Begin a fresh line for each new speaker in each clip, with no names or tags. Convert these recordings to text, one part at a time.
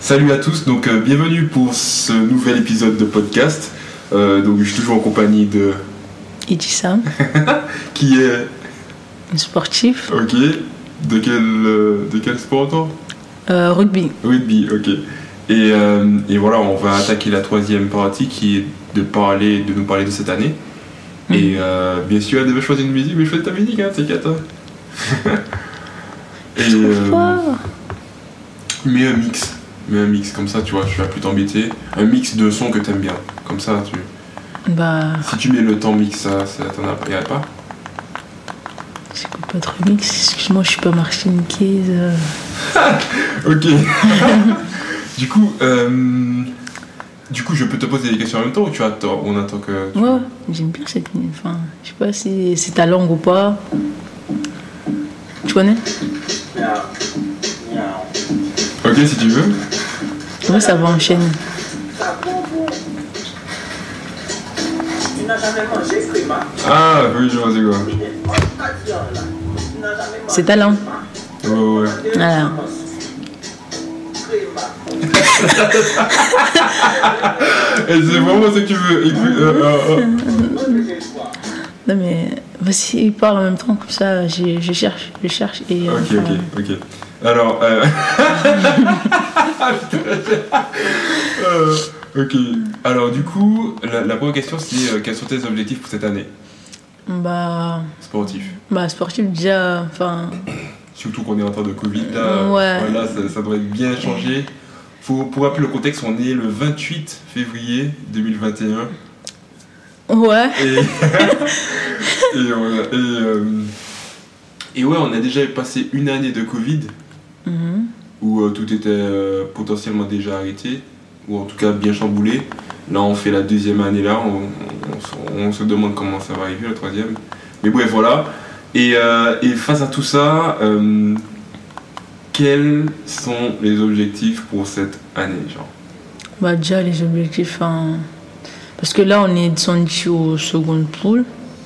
Salut à tous, donc euh, bienvenue pour ce nouvel épisode de podcast. Euh, donc je suis toujours en compagnie de
Idissa,
qui est
une sportive,
ok de quel euh, de quel sport toi
euh, rugby.
Rugby, ok. Et, euh, et voilà, on va attaquer la troisième partie qui est de parler de nous parler de cette année. Et euh, bien sûr, elle devait choisir une musique, mais choisis ta musique, hein, c'est qu'à toi. et
Je trouve
euh,
pas.
mets un mix, mets un mix comme ça, tu vois, tu vas plus t'embêter. Un mix de sons que t'aimes bien, comme ça, tu.
Bah,
Si tu mets le temps mix, ça, ça t'en a, y a pas.
j'écoute pas trop mix. Excuse-moi, je suis pas martiniquaise. euh.
Ok. du coup, euh, du coup, je peux te poser des questions en même temps ou tu attends, on attend que. tu-
Ouais, j'aime bien cette. Enfin, je sais pas si c'est ta langue ou pas. Tu connais
Ok, si tu veux.
Ouais, ça va enchaîner.
Tu n'as jamais mangé frima.
Ah, oui, je vois, c'est quoi.
C'est ta langue
Ouais, ouais.
Voilà.
Et Eh, c'est vraiment ce que tu veux. Écoute, euh, euh, euh.
Non, mais vas-y, il parle en même temps, comme ça, je, je cherche, je cherche. Et, euh,
Ok,
voilà.
ok, ok. Alors, euh... euh, ok. Alors, du coup, la, la première question, c'est euh, quels sont tes objectifs pour cette année
Bah,
sportif
bah, sportive, déjà, enfin,
Surtout qu'on est en train de Covid, là,
Ouais.
voilà, ça, ça doit être bien changé. Faut, pour rappeler le contexte, on est le 28 février 2021.
ouais.
Et, et, voilà, et, euh, et ouais, on a déjà passé une année de Covid
Mhm.
où euh, tout était euh, potentiellement déjà arrêté, ou en tout cas bien chamboulé. Là, on fait la deuxième année là, on, on se- on se demande comment ça va arriver, la troisième. Mais bref, voilà. Et, euh, et face à tout ça, euh, quels sont les objectifs pour cette année genre
Bah déjà les objectifs, hein. parce que là on est descendu au second pool,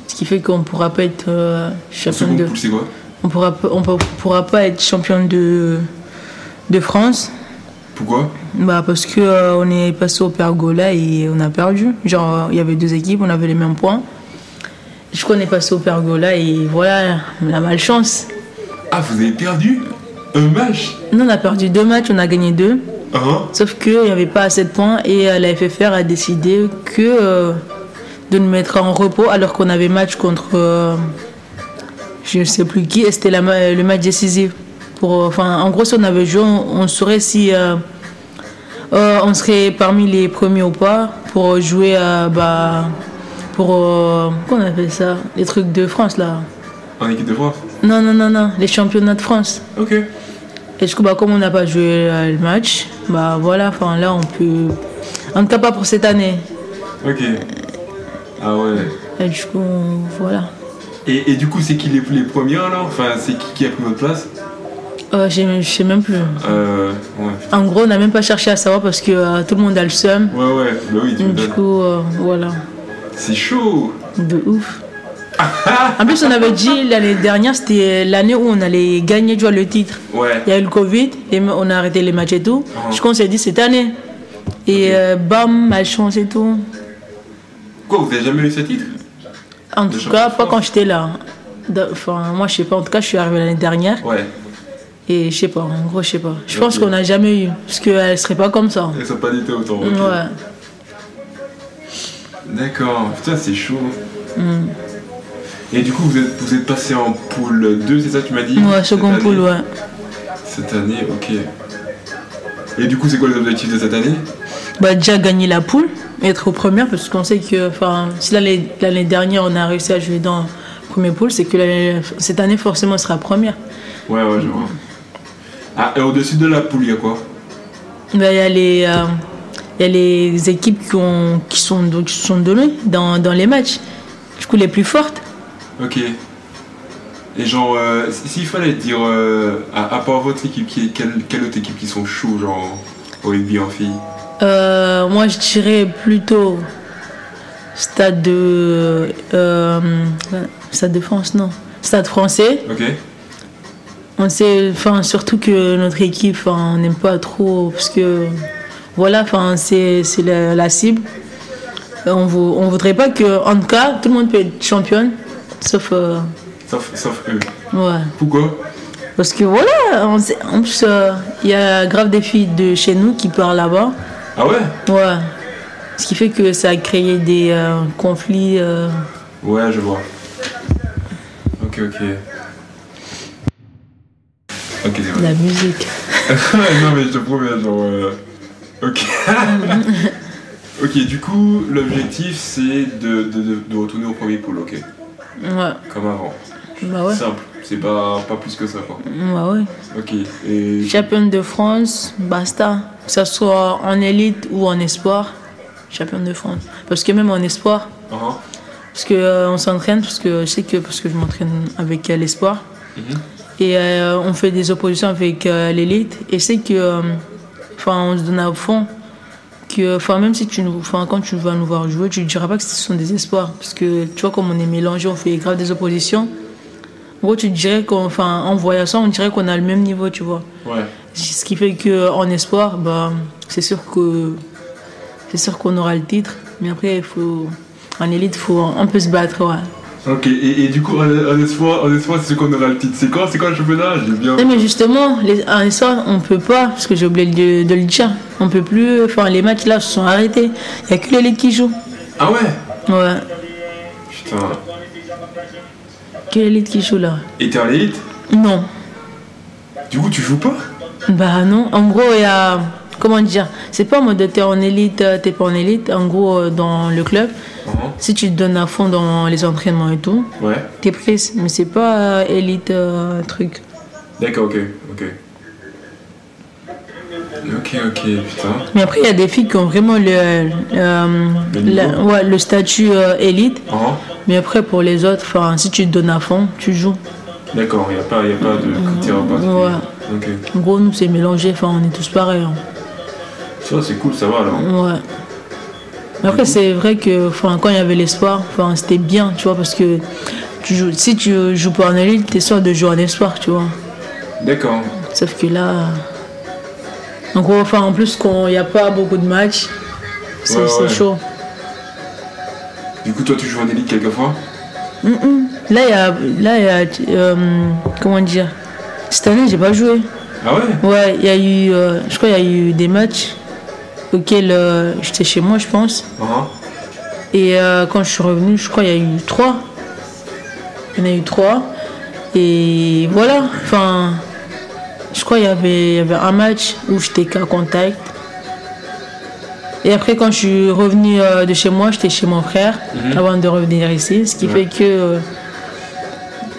ce qui fait qu'on pourra pas être euh, champion
Second
de,
pool, c'est quoi
on pourra pas- on pour- pourra pas être champion de de France,
Pourquoi
bah parce que euh, on est passé au pergola et on a perdu. Genre euh, il y avait deux équipes, on avait les mêmes points. Je crois qu'on est passé au pergola et voilà la malchance.
Ah, vous avez perdu un match
Nous on a perdu deux matchs, on a gagné deux.
Hein
Sauf qu'il n'y avait pas assez de points et euh, la FFR a décidé que euh, de nous mettre en repos alors qu'on avait match contre euh, je ne sais plus qui et c'était la ma- euh, le match décisif. Pour, euh, enfin, en gros, si on avait joué, on, on saurait si euh, euh, on serait parmi les premiers ou pas pour jouer à. bah, pour. euh, qu'on appelle ça Les trucs de France là.
En équipe de France
Non, non, non, non, les championnats de France.
Ok.
Et du coup, bah, comme on n'a pas joué euh, le match, bah voilà, enfin là on peut. En tout cas pas pour cette année.
Ok. Ah ouais.
Et du coup, on- voilà.
Et, et du coup, c'est qui les, les premiers alors Enfin, c'est qui qui a pris votre place
Euh, j'ai- je sais même plus.
Euh. Ouais.
En gros, on n'a même pas cherché à savoir parce que euh, tout le monde a le seum.
Ouais, ouais, bah oui, tu me
Du
donnes.
coup, euh, voilà.
C'est chaud
De ouf. En plus, on avait dit l'année dernière, c'était l'année où on allait gagner tu vois, le titre.
Ouais.
Il y a eu le Covid, les ma- on a arrêté les matchs et tout.
Ah.
Du coup, on s'est dit cette année. Et
Ok.
euh, bam, malchance et tout.
Quoi, vous avez jamais eu ce titre
En
Le
tout
champion
cas,
de
pas
France.
quand j'étais là. Da- Enfin, moi, je sais pas. En tout cas, je suis arrivée l'année dernière
Ouais.
et je sais pas. En gros, je sais pas. Je
Oh. Ok.
pense qu'on n'a jamais eu parce qu'elle serait pas comme ça.
Elles sont pas d'été autant. ok.
Ouais.
D'accord, putain, c'est chaud.
Mmh.
Et du coup, vous êtes, vous êtes passé en poule 2, c'est ça, tu m'as dit
Ouais, second
Cette
pool,
année
ouais.
Cette année, ok. Et du coup, c'est quoi les objectifs de cette année
Bah, déjà gagner la poule, être au premier parce qu'on sait que, enfin, si l'année l'année dernière on a réussi à jouer dans le premier pool, c'est que l'année- cette année forcément on sera première.
Ouais, ouais, je vois. Ah, et au-dessus de la poule, il y a quoi
Bah, Il y, a les, euh, il y a les équipes qui, ont, qui, sont, qui se sont données dans, dans les matchs. Du coup, les plus fortes.
Ok. Et genre, euh, s- s'il fallait dire, euh, à, à part votre équipe, qui est, quelle, quelle autre équipe qui sont chauds, genre, au rugby en filles
Euh, moi, je dirais plutôt Stade de. euh, Stade de France, non. Stade français,
Ok
On sait, enfin, surtout que notre équipe, enfin, on n'aime pas trop parce que voilà, enfin, c'est c'est la, la cible. On vou- on voudrait pas que, en tout cas, tout le monde peut être championne, sauf euh,
Sauf, sauf eux.
ouais.
Pourquoi
Parce que voilà, on sait- en plus, euh, il y a grave des filles de chez nous qui partent là-bas.
Ah ouais
Ouais. Ce qui fait que ça a créé des euh, conflits. euh,
Ouais, je vois. Ok, ok. Ok, c'est
de
vrai.
la musique.
non, mais je te promets, genre. euh, Ok. ok, du coup, l'objectif c'est de, de, de- de retourner au premier pool, ok
Ouais.
Comme avant.
Bah ouais.
Simple, c'est pas, pas plus que ça, quoi.
Bah ouais.
Ok, et.
Championne de France, basta. Que ça soit en élite ou en espoir, championne de France. Parce que même en espoir,
Ah,
parce que euh, on s'entraîne, parce que je sais que parce que je m'entraîne avec euh, l'espoir.
Mhm.
Et euh, on fait des oppositions avec euh, l'élite. Et c'est que, euh, enfin, on se donne à fond. Que, enfin, même si tu nous, enfin, quand tu vas nous voir jouer, tu ne diras pas que ce sont des espoirs. Parce que tu vois, comme on est mélangé, on fait grave des oppositions. En gros, tu dirais qu'en enfin, en voyant ça, on dirait qu'on a le même niveau, tu vois.
ouais.
Ce qui fait que en espoir, bah, c'est sûr que c'est sûr qu'on aura le titre, mais après il faut en élite, faut un peu se battre, ouais.
Ok, et, et du coup, en, en espoir, en espoir, c'est ce qu'on aura le titre. C'est quoi, c'est quoi le championnat J'ai bien.
Non, mais justement, les, en espoir, on peut pas, parce que j'ai oublié de, de le dire, on peut plus. Enfin, les matchs là se sont arrêtés. Il y a que l'élite qui joue.
Ah ouais
Ouais,
Putain.
que l'élite qui joue là.
Et t'es en élite
Non,
Du coup, tu joues pas
bah non. En gros, il y a comment dire, c'est pas en mode t'es en élite, euh, t'es pas en élite. En gros, euh, dans le club,
Ah,
si tu te donnes à fond dans les entraînements et tout.
Ouais.
T'es prise, mais c'est pas euh, élite euh, truc.
D'accord, ok, ok. Ok, ok, putain.
Mais après, il y a des filles qui ont vraiment le, euh,
Le
la-
niveau.
ouais, le statut euh, élite.
Ah,
Mais après, pour les autres, enfin, si tu te donnes à fond, tu joues.
d'accord, il a, pas- y a pas de critère en particulier.
Ouais.
Ok.
En gros, nous, c'est mélangé, enfin, on est tous pareils. hein.
Ça, c'est cool, ça va alors.
Ouais. Mais
Mm-hmm.
après, c'est vrai que enfin, quand il y avait l'espoir, enfin, c'était bien, tu vois, parce que tu joues, si tu joues pas en élite, t'es sûr de jouer en espoir, tu vois.
D'accord.
Sauf que là. En gros, enfin, en plus, quand il n'y a pas beaucoup de matchs, c'est
Ouais,
c'est
ouais.
chaud.
Du coup, toi, tu joues en élite quelquefois
Mm, mm. Là, il y a. Là, il y a euh, comment dire Cette année, j'ai pas joué.
Ah ouais
Ouais, il y a eu. euh, je crois qu'il y a eu des matchs auxquels euh, j'étais chez moi, je pense.
Ah,
Et euh, quand je suis revenu, je crois qu'il y a eu trois. Il y en a eu trois. Et voilà. Enfin, je crois qu'il y avait, il y avait un match où j'étais qu'à contact. Et après, quand je suis revenu euh, de chez moi, j'étais chez mon frère
Mhm.
avant de revenir ici. Ce qui
Ouais.
fait que. euh,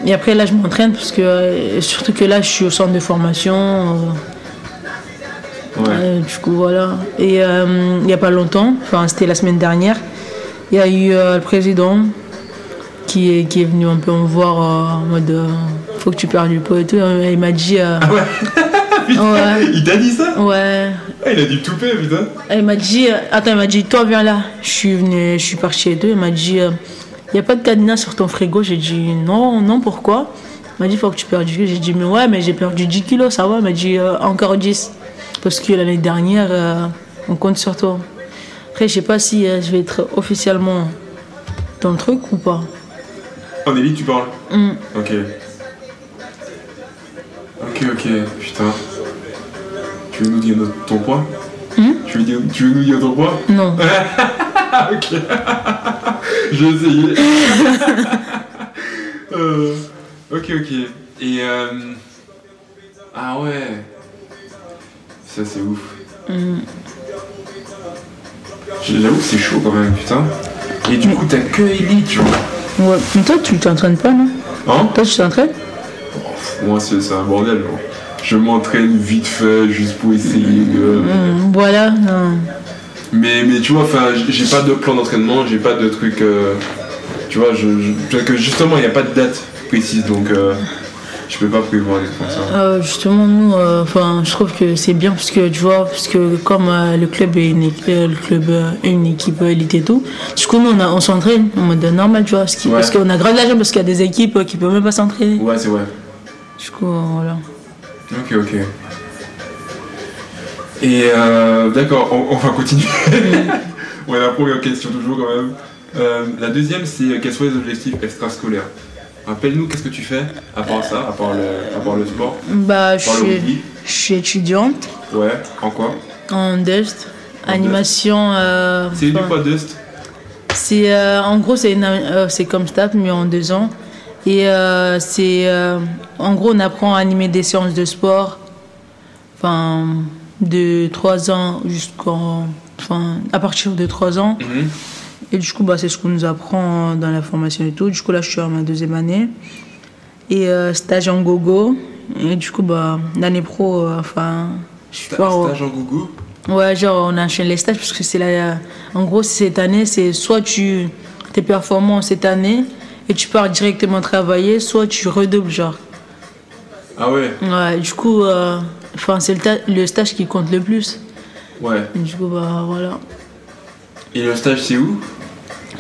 et après, là, je m'entraîne parce que. euh, surtout que là, je suis au centre de formation. euh,
ouais.
euh, du coup, voilà. Et euh, il n'y a pas longtemps, enfin, c'était la semaine dernière, il y a eu euh, le président qui est, qui est venu un peu me voir euh, en mode euh, faut que tu perdes du poids et tout. Et Il m'a dit. euh,
Ah ouais Putain,
Ouais.
Il t'a dit ça
ouais.
Ah, il a dû tout faire, putain.
Et Il m'a dit. euh, attends, il m'a dit toi, viens là. Je suis venu, je suis parti et tout. Il m'a dit il n'y a pas de cadenas sur ton frigo. J'ai dit non, non, pourquoi Il m'a dit faut que tu perdes du J'ai dit mais ouais, mais j'ai perdu 10 kilos, ça va. Il m'a dit Euh, encore 10. Parce que l'année dernière, euh, on compte sur toi. Après, je sais pas si euh, je vais être officiellement dans le truc ou pas.
En élite, tu parles
Hmm.
Ok. Ok, ok, putain. Tu veux nous dire notre- ton poids
Hmm
tu, veux dire- tu veux nous dire ton poids
Non.
Ah, ok. J'ai essayé. Euh, ok, ok. Et. euh, Ah ouais. Ça, c'est ouf.
Hmm.
J'avoue que c'est chaud quand même, putain. Et du coup, t'as que Elite, genre.
Ouais. Mais toi, tu t'entraînes pas, non
Hein
Toi, tu t'entraînes
Moi, c'est c'est un bordel, genre. Je m'entraîne vite fait juste pour essayer de.
Hmm, Voilà. non.
Mais, mais tu vois, enfin, j- j'ai pas de plan d'entraînement, j'ai pas de truc. euh, tu vois, je, je- parce que justement, il n'y a pas de date précise, donc euh, je peux pas prévoir des trucs comme ça.
Euh, justement, nous, euh, enfin, je trouve que c'est bien parce que tu vois, parce que comme euh, le club est une équipe, le club euh, est une équipe élite et tout, du coup, nous, on, a- on s'entraîne en mode normal, tu vois, parce, qu'il-
Ouais.
parce qu'on a grave l'argent parce qu'il y a des équipes euh, qui peuvent même pas s'entraîner.
Ouais, c'est vrai.
Du coup, euh, voilà.
Ok, ok. Et euh, d'accord, on, on va continuer. on a la première question toujours quand même. Euh, la deuxième, c'est euh, quels sont les objectifs extrascolaires Rappelle-nous, qu'est-ce que tu fais à part ça, à part le, à part le sport,
Bah,
à
je
part le
suis,
rugby
je suis étudiante
Ouais, en quoi
en DEST,
En E
animation. euh,
C'est du
enfin,
quoi, Dust
C'est euh, en gros c'est une- euh, c'est comme STAP mais en deux ans et euh, c'est euh, en gros on apprend à animer des séances de sport enfin de 3 ans jusqu'en enfin à partir de 3 ans
Mhm.
et du coup bah c'est ce qu'on nous apprend dans la formation et tout du coup là je suis à ma deuxième année et euh, stage en gogo et du coup bah l'année pro euh, enfin je suis
Sta-
pas
Stage en gougou
Ouais, genre on enchaîne les stages parce que c'est la. euh, En gros, cette année, c'est soit tu t'es performant cette année et tu pars directement travailler, soit tu redoubles, genre.
Ah ouais,
Ouais, du coup, euh, enfin, c'est le, ta- le stage qui compte le plus.
ouais.
Et du coup, bah voilà.
Et le stage, c'est où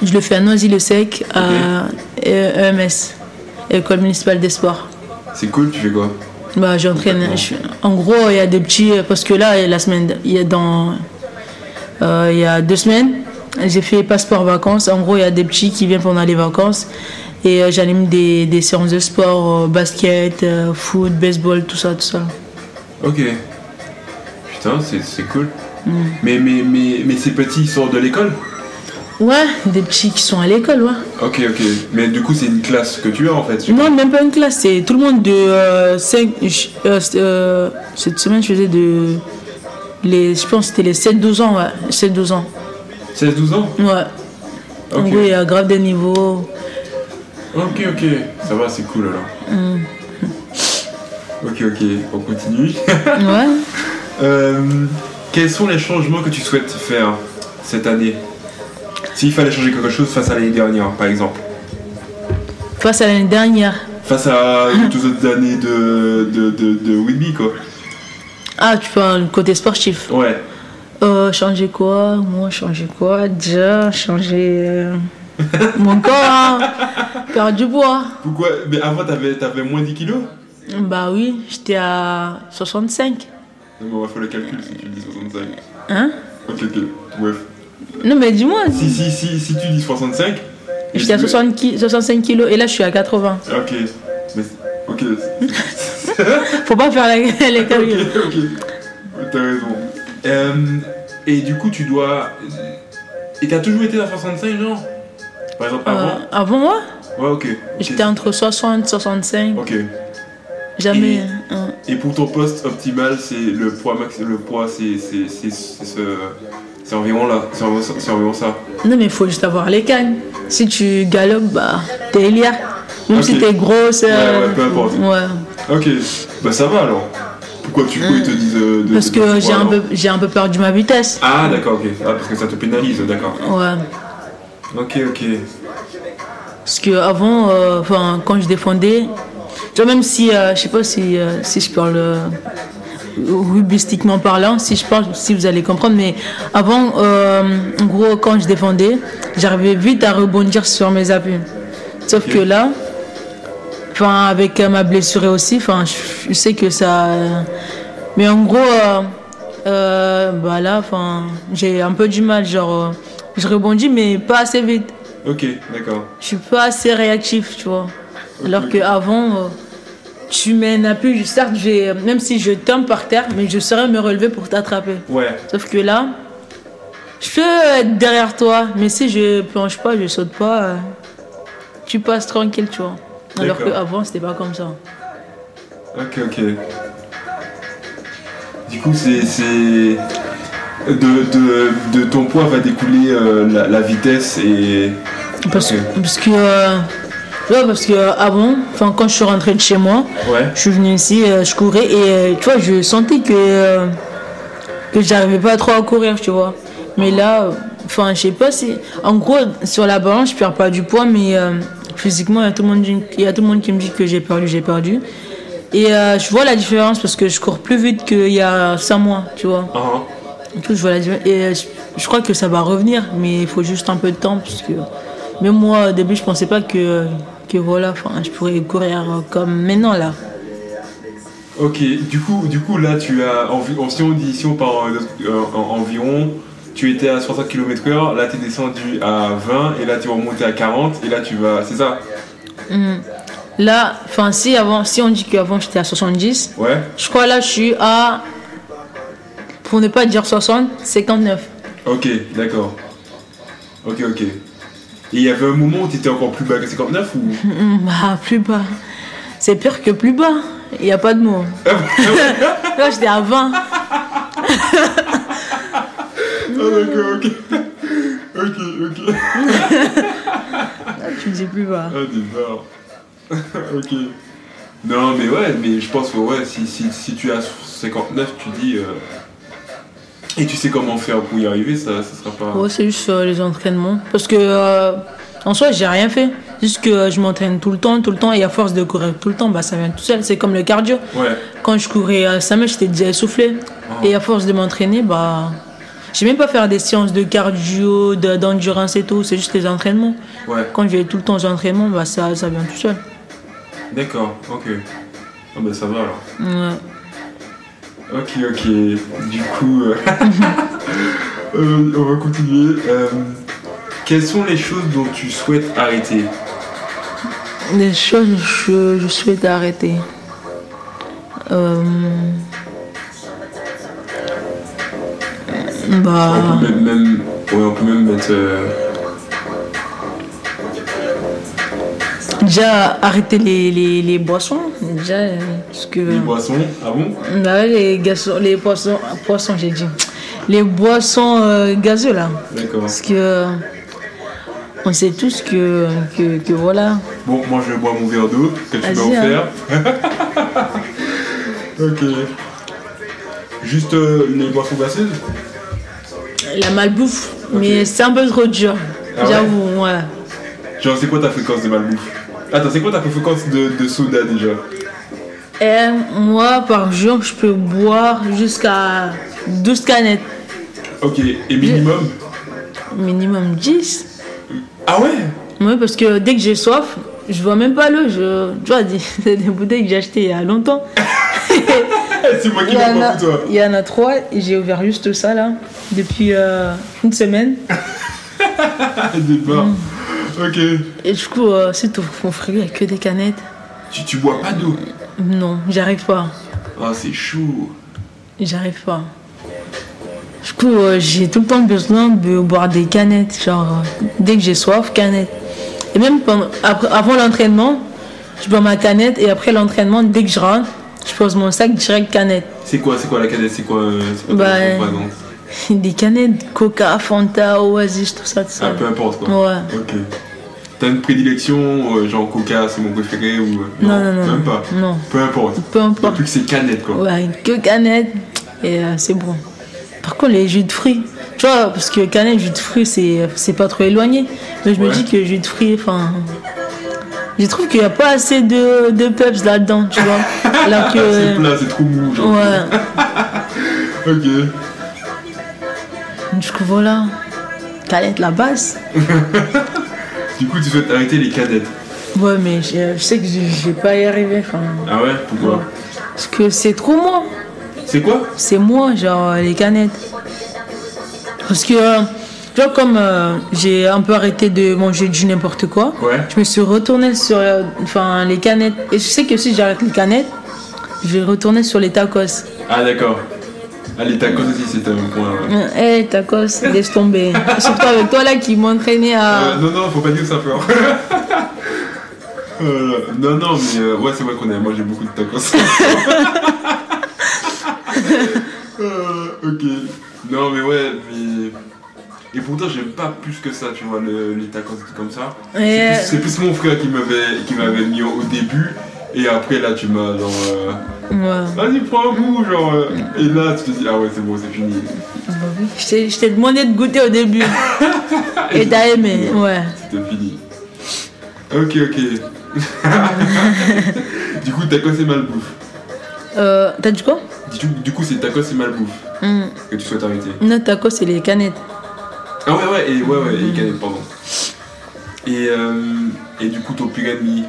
Je le fais à Noisy-le-Sec, à E- EMS, École municipale des sports.
C'est cool, tu fais quoi
Bah, j'entraîne. je- En gros, il y a des petits. euh, Parce que là, la semaine. Il y a dans. euh, il y a deux semaines, j'ai fait passeport vacances. En gros, il y a des petits qui viennent pendant les vacances. Et euh, j'anime des, des séances de sport, euh, basket, euh, foot, baseball, tout ça, tout ça.
Ok. Putain, c'est c'est cool.
Hmm.
Mais, mais, mais, mais ces petits, ils sortent de l'école
Ouais, des petits qui sont à l'école, ouais.
Ok, ok. Mais du coup, c'est une classe que tu as en fait. je-
Non, même pas une classe, c'est tout le monde de euh, 5. euh, cette semaine, je faisais de. Les, je pense que c'était les 7-12 ans, ouais. 7-12 ans.
16-12 ans
Ouais. En
Ok.
gros, il y a grave des niveaux.
Ok, ok. Ça va, c'est cool alors.
Hmm.
Ok, ok. On continue.
Ouais.
Euh, quels sont les changements que tu souhaites faire cette année S'il fallait changer quelque chose face à l'année dernière, par exemple.
Face à l'année dernière.
Face à toutes les autres années de, de, de, de rugby, quoi.
Ah, tu parles du côté sportif.
Ouais.
Euh, changer quoi Moi, changer quoi Déjà, changer euh, mon corps. hein. Perdre du poids.
Pourquoi Mais avant, t'avais avais moins 10 kilos
Bah oui, j'étais à 65.
Non, mais on va faire le calcul si tu dis 65.
Hein
Ok, ok. Bref.
Non, mais dis-moi.
Si, si, si, si tu dis 65. et
J'étais à
tu-
60 ki- 65 kilos et là, je suis à 80.
Ok. Mais, ok.
Faut pas faire la- les calculs.
ok, ok. T'as raison. Euh, et du coup, tu dois. Et t'as toujours été à 65, genre Par exemple, avant
Euh, avant moi,
Ouais, ok. ok.
j'étais entre 60 65.
Ok.
Jamais.
Et-
hein.
Et pour ton poste optimal, c'est le poids max. Le poids, c'est. C'est c'est- c'est ce- c'est environ là. C'est environ, c'est environ ça.
Non, mais il faut juste avoir les cannes. Si tu galopes, bah, t'es lié. Même
Ok.
si t'es grosse. euh,
ouais, peu importe.
ouais.
Ok. Bah, ça va alors. Pourquoi tu pourquoi ils te disent. euh, de-
Hmm. Parce
de- de-
que j'ai un,
alors
peu, j'ai un peu perdu ma vitesse.
Ah, d'accord, ok. Ah, parce que ça te pénalise, d'accord.
Ouais.
Ok, ok.
Parce que avant, euh, enfin, quand je défendais, tu vois, même si, euh, je sais pas si, euh, si je parle euh, rubistiquement parlant, si je parle, si vous allez comprendre, mais avant, euh, en gros, quand je défendais, j'arrivais vite à rebondir sur mes appuis. Sauf
Ok.
que là, enfin, avec euh, ma blessure et aussi, enfin, je, je sais que ça. Mais en gros, euh, euh, bah là, enfin, j'ai un peu du mal, genre, euh, je rebondis, mais pas assez vite
Ok, d'accord.
je suis pas assez réactif, tu vois. Alors que avant, euh, tu mets un appui, je- certes, j'ai- euh, même si je tombe par terre, mais je saurais me relever pour t'attraper.
Ouais.
Sauf que là, je peux être derrière toi, mais si je planche pas, je saute pas, euh, tu passes tranquille, tu vois. Alors
D'accord.
qu'avant, c'était pas comme ça.
Ok, ok. Du coup, c'est. c'est- De, de, de ton poids va découler euh, la, la vitesse et.
Parce,
Ok.
parce que. euh, ouais, parce que euh, avant, enfin, quand je suis rentrée de chez moi,
Ouais.
Je suis venue ici, euh, je courais et euh, tu vois, je sentais que, euh, que j'arrivais pas trop à courir, tu vois. Mais là, euh, enfin, je sais pas si. En gros, sur la balance, je perds pas du poids, mais euh, physiquement, il y, a tout le monde qui- il y a tout le monde qui me dit que j'ai perdu, j'ai perdu. Et euh, je vois la différence parce que je cours plus vite qu'il y a 5 mois, tu vois.
Ah, ah.
Et tout, je vois la différence. Et euh, je, je crois que ça va revenir, mais il faut juste un peu de temps parce que. Même moi, au début, je pensais pas que, que voilà, enfin, je pourrais courir euh, comme maintenant là.
Ok, du coup, du coup là, tu as. envi- en- Si on dit, si on part euh, euh, en- environ, tu étais à 60 km/h, là, tu es descendu à 20, et là, tu vas remonter à 40, et là, tu vas. C'est ça
Hmm. Là, enfin, si, avant, si on dit qu'avant j'étais à 70,
Ouais
je crois là je suis à. Pour ne pas dire 60, 59.
Ok, d'accord. Ok, ok. Et il y avait un moment où tu étais encore plus bas que 59 ou.
Hmm, bah, plus bas. C'est pire que plus bas. Il n'y a pas de mot. là j'étais à 20.
Ah, d'accord, ok. ok, ok.
Là, tu me dis plus bas.
Ah, des barres. ok. Non, mais ouais, mais je pense que ouais, si, si, si tu as 59, tu dis. euh, et tu sais comment faire pour y arriver, ça, ça sera pas.
Ouais, c'est juste euh, les entraînements. Parce que, euh, en soi, j'ai rien fait. Juste que euh, je m'entraîne tout le temps, tout le temps, et à force de courir tout le temps, bah, ça vient tout seul. C'est comme le cardio.
Ouais.
Quand je courais à 5 mètres, j'étais déjà essoufflé. Et à force de m'entraîner, bah. J'ai même pas faire des séances de cardio, de- d'endurance et tout, c'est juste les entraînements.
Ouais.
Quand je vais tout le temps aux entraînements, bah ça, ça vient tout seul.
D'accord, ok. Ah, bah ça va alors.
Ouais.
Ok, ok. Du coup, euh, euh, on va continuer. Euh, quelles sont les choses dont tu souhaites arrêter
Des choses que je souhaite arrêter. Euh... Bah.
On peut même, même- ouais, on peut même mettre. euh,
Déjà, arrêter les, les, les boissons. Déjà, euh, parce que.
Les boissons, ah bon
Bah ouais, les, gazons- les poissons. ah, Poissons, j'ai dit. Les boissons euh, gazeuses, là.
D'accord.
Parce que. euh, On sait tous que, que, que voilà.
Bon, moi je bois mon verre d'eau que tu m'as
Vas-y, hein.
offert. ok. Juste euh, les boissons glacées
La malbouffe. Mais c'est un peu trop dur.
Ah ouais
J'avoue, voilà.
Genre, c'est quoi ta fréquence de malbouffe Attends, c'est quoi ta fréquence de, de soda déjà
Et moi, par jour, je peux boire jusqu'à 12 canettes.
Ok, et minimum
Minimum 10.
Ah ouais
Oui, parce que dès que j'ai soif, je vois même pas l'eau. Je... Tu vois, des- c'est des bouteilles que j'ai achetées il y a longtemps.
Eh, C'est moi qui
Il y,
m'en
en
prends
a,
pour toi.
il y en a trois et j'ai ouvert juste ça là depuis euh, une semaine.
Ah, des barres.
Mm.
Ok.
Et du coup, euh, c'est tout. Mon frigo, il n'y a que des canettes.
Tu, tu bois pas d'eau
Non, j'arrive pas.
Ah, c'est chou.
J'arrive pas. Du coup, euh, j'ai tout le temps besoin de boire des canettes. Genre, euh, dès que j'ai soif, canette. Et même pendant- après- avant l'entraînement, je bois ma canette et après l'entraînement, dès que je rentre, je pose mon sac direct canette.
C'est quoi, c'est quoi la canette C'est quoi, euh, c'est quoi ta
Bah,
boisson, par exemple
Des canettes, Coca, Fanta, Oasis, tout ça, tout ça.
Ah, peu importe quoi.
Ouais.
Ok. T'as une prédilection, euh, genre Coca, c'est mon préféré ou. euh,
Non, non, non.
Même pas.
Non.
Peu importe.
Peu importe.
Depuis que c'est canette quoi.
Ouais, que canette. Et euh, c'est bon. Par contre, les jus de fruits, tu vois, parce que canette, jus de fruits, c'est, c'est pas trop éloigné. Mais je me
Ouais.
dis que jus de fruits, enfin. Je trouve qu'il n'y a pas assez de, de peps là-dedans, tu vois. Alors
Ah, c'est
que.
plat, c'est trop mou. Genre.
Ouais.
Ok.
Du coup, voilà. Canette, la base.
Du coup, tu souhaites arrêter les canettes.
Ouais, mais je, je sais que je je vais pas y arriver. Enfin,
Ah ouais Pourquoi
parce que c'est trop moi.
C'est quoi
C'est moi, genre euh, les canettes. Parce que, euh, tu vois, comme euh, j'ai un peu arrêté de manger du n'importe quoi,
Ouais.
je me suis retournée sur euh, enfin, les canettes. Et je sais que si j'arrête les canettes, je vais retourner sur les tacos.
Ah d'accord. Ah, les tacos aussi, c'est un point. hein. ouais.
Euh, Hé, tacos, laisse tomber. Surtout avec toi là qui m'entraînais
Euh,
à.
non, non, faut pas dire ça fort. Euh, non, non, mais euh, ouais, c'est vrai qu'on a mangé beaucoup de tacos. Euh, ok. Non, mais ouais, mais. Et pourtant, j'aime pas plus que ça, tu vois, le- les tacos et tout comme ça. Euh,
Et,
C'est plus- C'est plus, mon frère qui m'avait qui m'avait mis au au début. Et après, là, tu m'as genre. euh,
ouais.
Vas-y, prends un bout, genre. euh, Et là, tu te dis, ah ouais, c'est bon, c'est fini.
Je t'ai- je t'ai demandé de goûter au début. Et t'as aimé, ouais.
C'était fini. Ok, ok. du coup, tacos et malbouffe.
Euh, T'as dit quoi
Du, coup- du coup, c'est tacos et malbouffe
Hum,
que tu souhaites arrêter.
Non, tacos, c'est les canettes.
Ah ouais, ouais, et ouais, ouais, et canette, pardon. Et, hein, euh, et du coup, ton pire ennemi,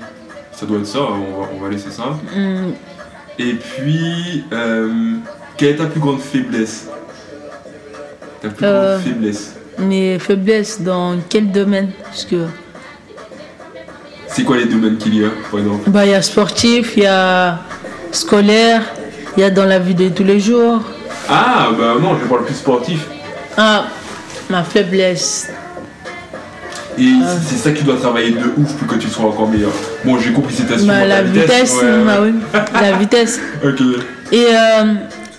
ça doit être ça, on va, on va laisser ça.
Hum,
Et puis, euh, quelle est ta plus grande faiblesse Ta plus
Euh.
grande faiblesse.
Mes faiblesses dans quel domaine Parce que
C'est quoi les domaines qu'il y a, par exemple
bah, il y a sportif, il y a scolaire, il y a dans la vie de tous les jours.
Ah, bah non, je parle plus sportif.
Ah, ma faiblesse.
Et
Ah.
c'est ça qui doit travailler de ouf pour que tu sois encore meilleur. Bon, j'ai compris, c'était sur
Bah, la vitesse,
ouais, ouais.
bah oui, la vitesse.
Ok.
Et euh,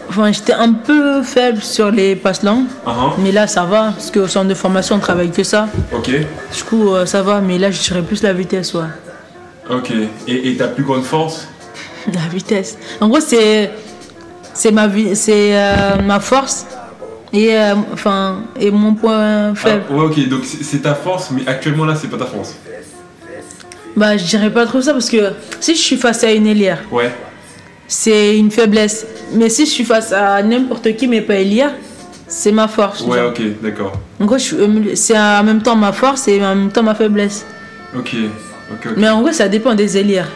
enfin, j'étais un peu faible sur les passes longues,
Ah, ah,
mais là ça va, parce qu'au centre de formation on travaille que ça.
Ok.
Du coup euh, ça va, mais là je dirais plus la vitesse, ouais.
Ok. Et, et ta plus grande force
La vitesse. En gros c'est c'est ma vie, c'est euh, ma force et euh, enfin et mon point
Ah,
faible.
Ouais, ok. Donc c'est c'est ta force, mais actuellement là, c'est pas ta force.
Bah je dirais pas trop ça parce que si je suis face à une hélière,
Ouais.
c'est une faiblesse. Mais si je suis face à n'importe qui mais pas hélière, c'est ma force.
Ouais,
genre.
ok, d'accord.
En gros, je suis au milieu- c'est en même temps ma force et en même temps ma faiblesse.
Ok. Ok, ok.
Mais en gros, ça dépend des hélières.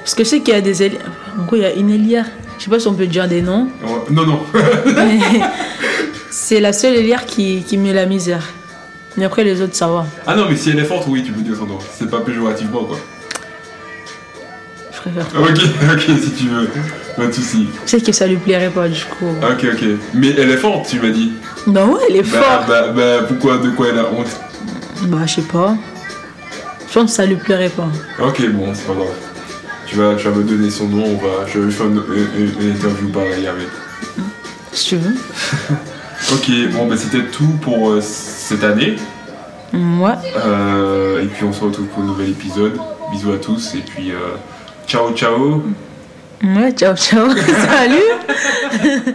Parce que je sais qu'il y a des hélières. En gros, il y a une hélière. Je sais pas si on peut dire des noms.
Ouais. Non, non.
mais c'est la seule hélière qui, qui met la misère. Mais après, les autres, ça va.
ah non, mais si elle est forte, oui, tu peux dire son nom. C'est pas péjorativement, quoi.
Je préfère.
Ok, ok, si tu veux. Pas de soucis.
Je sais que ça lui plairait pas, du coup.
Ah, Ok, ok. Mais elle est forte, tu m'as dit.
Non, ouais, elle est
Bah,
forte.
bah, bah, pourquoi, de quoi elle a honte
Bah, je sais pas. Je pense que ça lui plairait pas.
Ok, bon, c'est pas grave. Tu vas, tu vas me donner son nom, on va, je vais faire une, une- une interview pareille avec.
Si tu veux.
Ok, bon, bah c'était tout pour euh, cette année.
Moi,
Euh, et puis on se retrouve pour un nouvel épisode. Bisous à tous, et puis euh, ciao, ciao.
ouais, ciao, ciao. Salut.